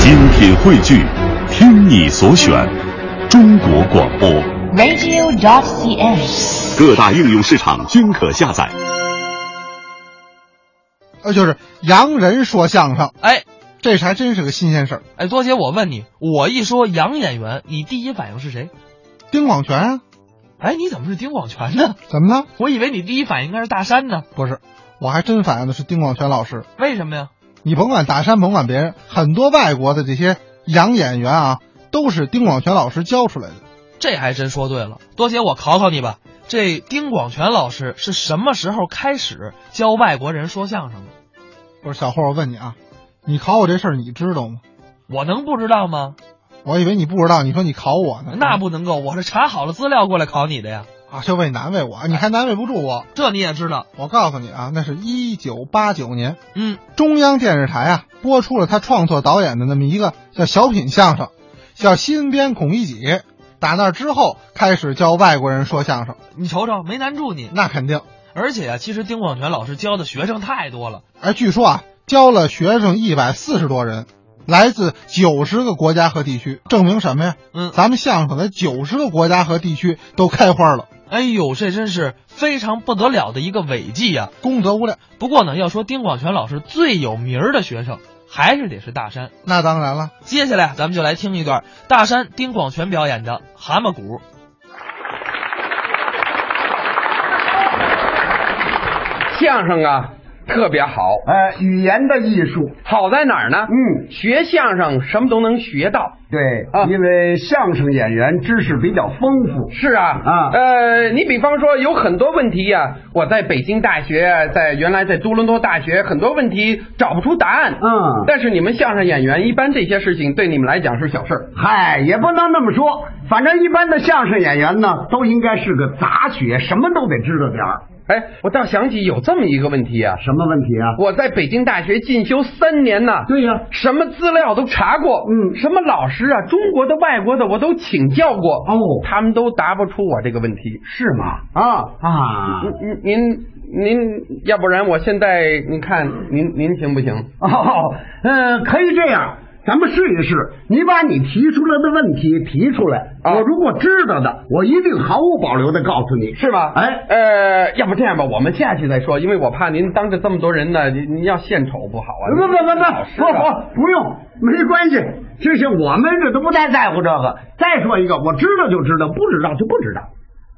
精品汇聚，听你所选，中国广播。 radio.cn。各大应用市场均可下载。呃，就是洋人说相声，哎这是还真是个新鲜事儿。哎，多姐，我问你，我一说洋演员，你第一反应是谁？丁广泉啊，哎，你怎么是丁广泉呢？怎么了？我以为你第一反应应该是大山呢。不是，我还真反映的是丁广泉老师。为什么呀？你甭管大山，甭管别人，很多外国的这些洋演员啊，都是丁广泉老师教出来的。这还真说对了。多姐，我考考你吧，这丁广泉老师是什么时候开始教外国人说相声的？不是小霍，我问你啊，你考我这事儿你知道吗？我能不知道吗？我以为你不知道，你说你考我呢？那不能够，我是查好了资料过来考你的呀。啊，就为难为我，你还难为不住我。这你也知道，我告诉你啊，那是一九八九年，嗯，中央电视台啊播出了他创作导演的那么一个叫小品相声，叫《新编孔乙己》。打那之后开始教外国人说相声，你瞅瞅，没难住你。那肯定。而且啊，其实丁广泉老师教的学生太多了，而据说啊，教了学生一百四十多人，来自九十个国家和地区，证明什么呀？嗯，咱们相声在九十个国家和地区都开花了，哎呦，这真是非常不得了的一个伟啊绩呀、功德无量。不过呢，要说丁广泉老师最有名儿的学生，还是得是大山。那当然了，接下来咱们就来听一段大山丁广泉表演的《蛤蟆鼓》。相声啊，特别好。呃，语言的艺术，好在哪儿呢？嗯学相声什么都能学到。对，啊因为相声演员知识比较丰富，是啊，啊呃，你比方说有很多问题呀、我在北京大学，在原来在多伦多大学，很多问题找不出答案。嗯但是你们相声演员一般这些事情对你们来讲是小事儿。嗨，也不能那么说，哦反正一般的相声演员呢，都应该是个杂学，什么都得知道点儿。哎，我倒想起有这么一个问题啊，什么问题啊？我在北京大学进修三年呐、对呀、什么资料都查过，嗯什么老师啊，中国的、外国的，我都请教过，哦他们都答不出我这个问题是吗？啊。啊，您您您，要不然我现在您看您您行不行？哦，呃，可以这样。咱们试一试，你把你提出来的问题提出来，啊我如果知道的，我一定毫无保留的告诉你，是吧？哎，呃，要不这样吧，我们下去再说，因为我怕您当着这么多人呢，您您要献丑不好啊。不不不您老师不，不啊不不用，没关系。这些我们这都不太在乎这个。再说一个，我知道就知道，不知道就不知道。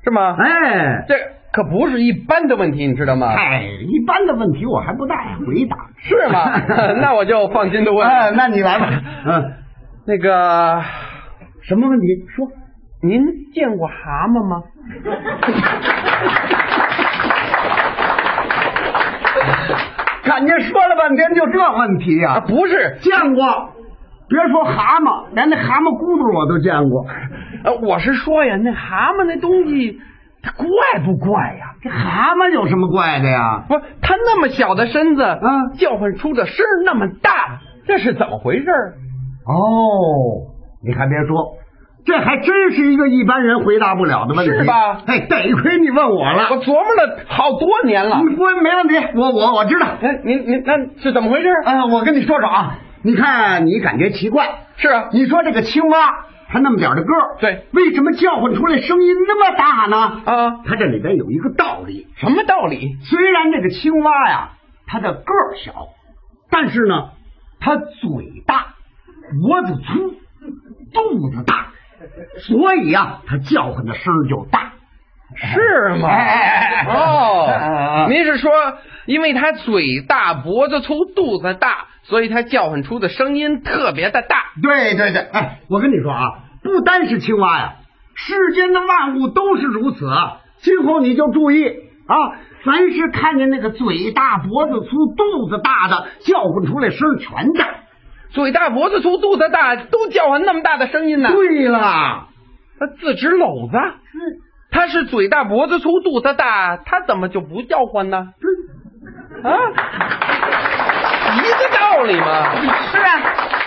是吗？，哎，这可不是一般的问题，你知道吗？哎，一般的问题我还不大爱回答，是 吗？那我就放心的问。哎，那你来吧。嗯，那个，什么问题？说。您见过蛤蟆吗？看您说了半天就这问题呀、啊，不是，见过。别说蛤蟆，连那蛤蟆骨头我都见过。呃，我是说呀，那蛤蟆那东西，它怪不怪呀？这蛤蟆有什么怪的呀？不，它那么小的身子，嗯叫唤出的声儿那么大，这是怎么回事儿？哦，你还别说，这还真是一个一般人回答不了的问题，是吧哎，得亏你问我我了，琢磨了好多年了。你不没问题，我我我知道。哎，您您那是怎么回事儿？啊，我跟你说说啊，你看你感觉奇怪，是啊，你说这个青蛙它那么点儿的个儿，对，为什么叫唤出来声音那么大呢？啊它这里边有一个道理，什么道理？虽然这个青蛙呀，它的个儿小，但是呢，它嘴大，脖子粗，肚子大，所以呀、它叫唤的声儿就大。是吗？哎哎哎哎哦啊，您是说，因为它嘴大、脖子粗、肚子大，所以它叫唤出的声音特别的大。对对对，哎，我跟你说啊，不单是青蛙呀，世间的万物都是如此。啊。今后你就注意啊，凡是看见那个嘴大、脖子粗、肚子大的，叫唤出来声儿全大。嘴大、脖子粗、肚子大，都叫唤那么大的声音呢？对了，它自指篓子。它是嘴大、脖子粗、肚子大，它怎么就不叫唤呢？啊，一个道理嘛。是啊，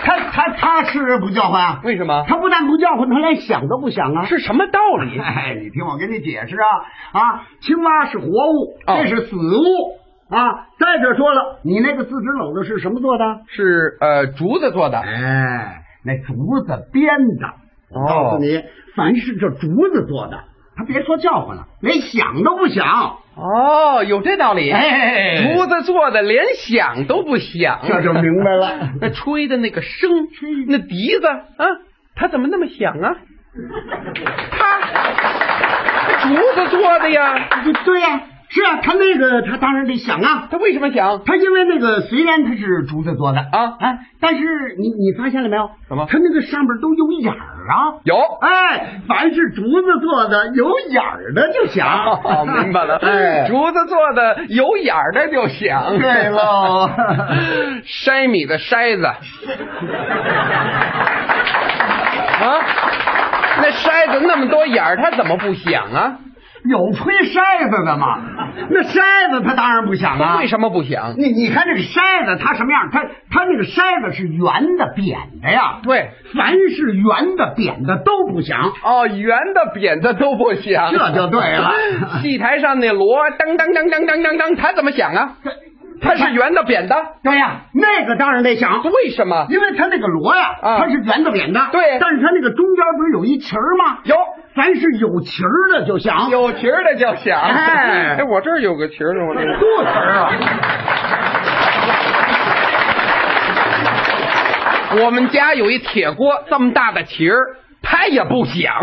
他他他是不叫唤啊，为什么？他不但不叫唤，他连想都不想啊。是什么道理？哎，你听我给你解释啊啊，青蛙是活物，哦这是死物。啊。再者说了，你那个自制篓子是什么做的？是呃竹子做的，哎，那竹子编的。我哦告诉你，凡是这竹子做的，他别说叫唤了，连响都不响。哦，有这道理。哎竹子做的连响都不响，这就明白了那吹的那个声，那笛子啊，它怎么那么响啊？它它竹子做的呀，对对呀、是啊，他那个他当然得响啊。它为什么响？他因为那个虽然它是竹子做的啊哎，但是你你发现了没有？什么它那个上面都有眼儿啊。有哎，凡是竹子做的有眼儿的就响。哦，明白了， 哎，竹子做的有眼儿的就响。对喽 筛米的筛子啊，那筛子那么多眼儿，它怎么不响啊？有吹筛子的嘛？那筛子它当然不响啊。为什么不响？你你看这个筛子，它什么样？它它那个筛子是圆的、扁的呀。对，凡是圆的、扁的都不响。哦，圆的、扁的都不响，这就对了戏台上那锣，当当当当当当当，它怎么响啊？它是圆的、扁的，对呀，那个当然得响，为什么？因为它那个锣呀，啊它是圆的、扁的。对但是它那个中间不是有一旗儿吗？有凡是有旗儿的就响。有旗儿的就响。哎我这儿有个旗儿呢，我这个。多词儿啊！我们家有一铁锅，这么大的旗儿，它也不响，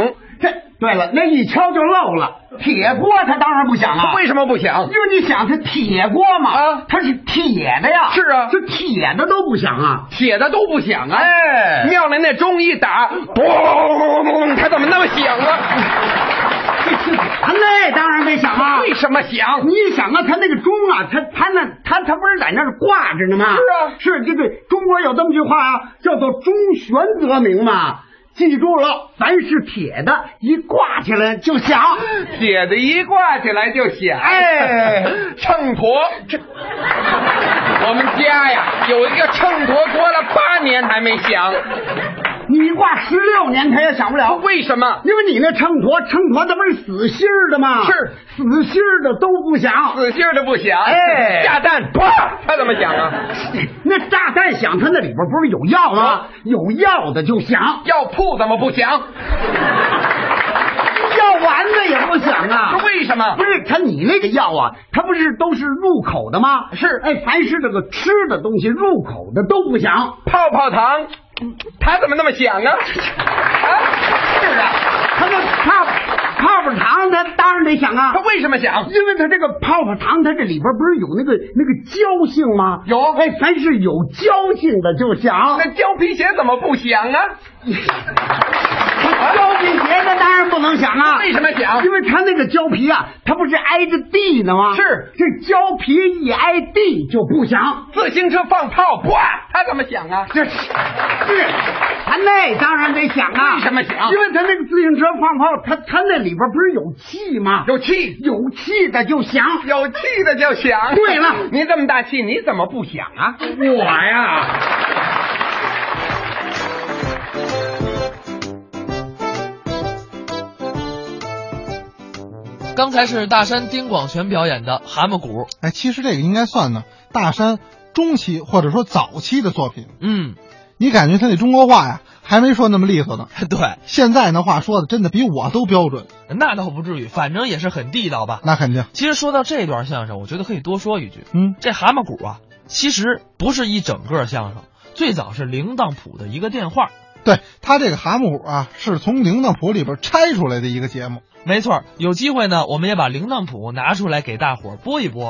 这对了，那一敲就漏了。铁锅它当然不响啊。它为什么不响因？为你想，它铁锅嘛，啊它是铁的呀，是啊这铁的都不响啊，铁的都不响啊！哎庙里那钟一打，咚，它怎么那么响啊？它啊那当然得响啊。为什么响？ 你想啊，它那个钟啊，它它那它它不是在那儿挂着呢是吗？啊是这个中国有这么句话啊，叫做“钟悬则鸣”嘛。记住了，凡是铁的，一挂起来就 响。铁的一挂起来就响，哎， 秤砣，这 我们家呀有一个秤砣，锅了八年还没响，你一挂十六年，它也响不了。为什么？因为你那秤砣，秤砣它不是死心儿的吗？是死心儿的都不响。死心儿的不响，哎炸弹啪，它怎么响啊？那炸弹响，它那里边不是有药吗？有药的就响，药铺怎么不响？药丸子也不响啊。这为什么不？是，它你那个药啊，它不是都是入口的吗？是哎，凡是这个吃的东西，入口的都不响。泡泡糖，它怎么那么响 啊？啊，是啊，它那泡泡泡糖，它当然得响啊它。为什么响？因为它这个泡泡糖，它这里边不是有那个那个胶性吗？有哎，凡是有胶性的就响。那胶皮鞋怎么不响啊？它胶皮鞋那当然不能响啊。为什么响因？为它那个胶皮啊，它不是挨着地呢吗？是这胶皮一挨地就不响。自行车放炮，啪，它怎么响啊？这是，它那当然得响啊。为什么响因为它那个自行车放炮，它它那里边不是有气吗？有气，有气的就响。有气的就响。对了 你这么大气，你怎么不响啊？我呀，刚才是大山丁广泉表演的《蛤蟆鼓》，哎，其实这个应该算呢大山中期或者说早期的作品。嗯，你感觉他那中国话呀，还没说那么利索呢。对，现在那话说的真的比我都标准，那倒不至于，反正也是很地道吧。那肯定。其实说到这段相声，我觉得可以多说一句，嗯，这蛤蟆鼓啊，其实不是一整个相声，最早是铃铛谱的一个电话。对他这个蛤蟆鼓啊，是从铃铛谱里边拆出来的一个节目。没错儿，有机会呢，我们也把铃铛谱拿出来给大伙儿播一播。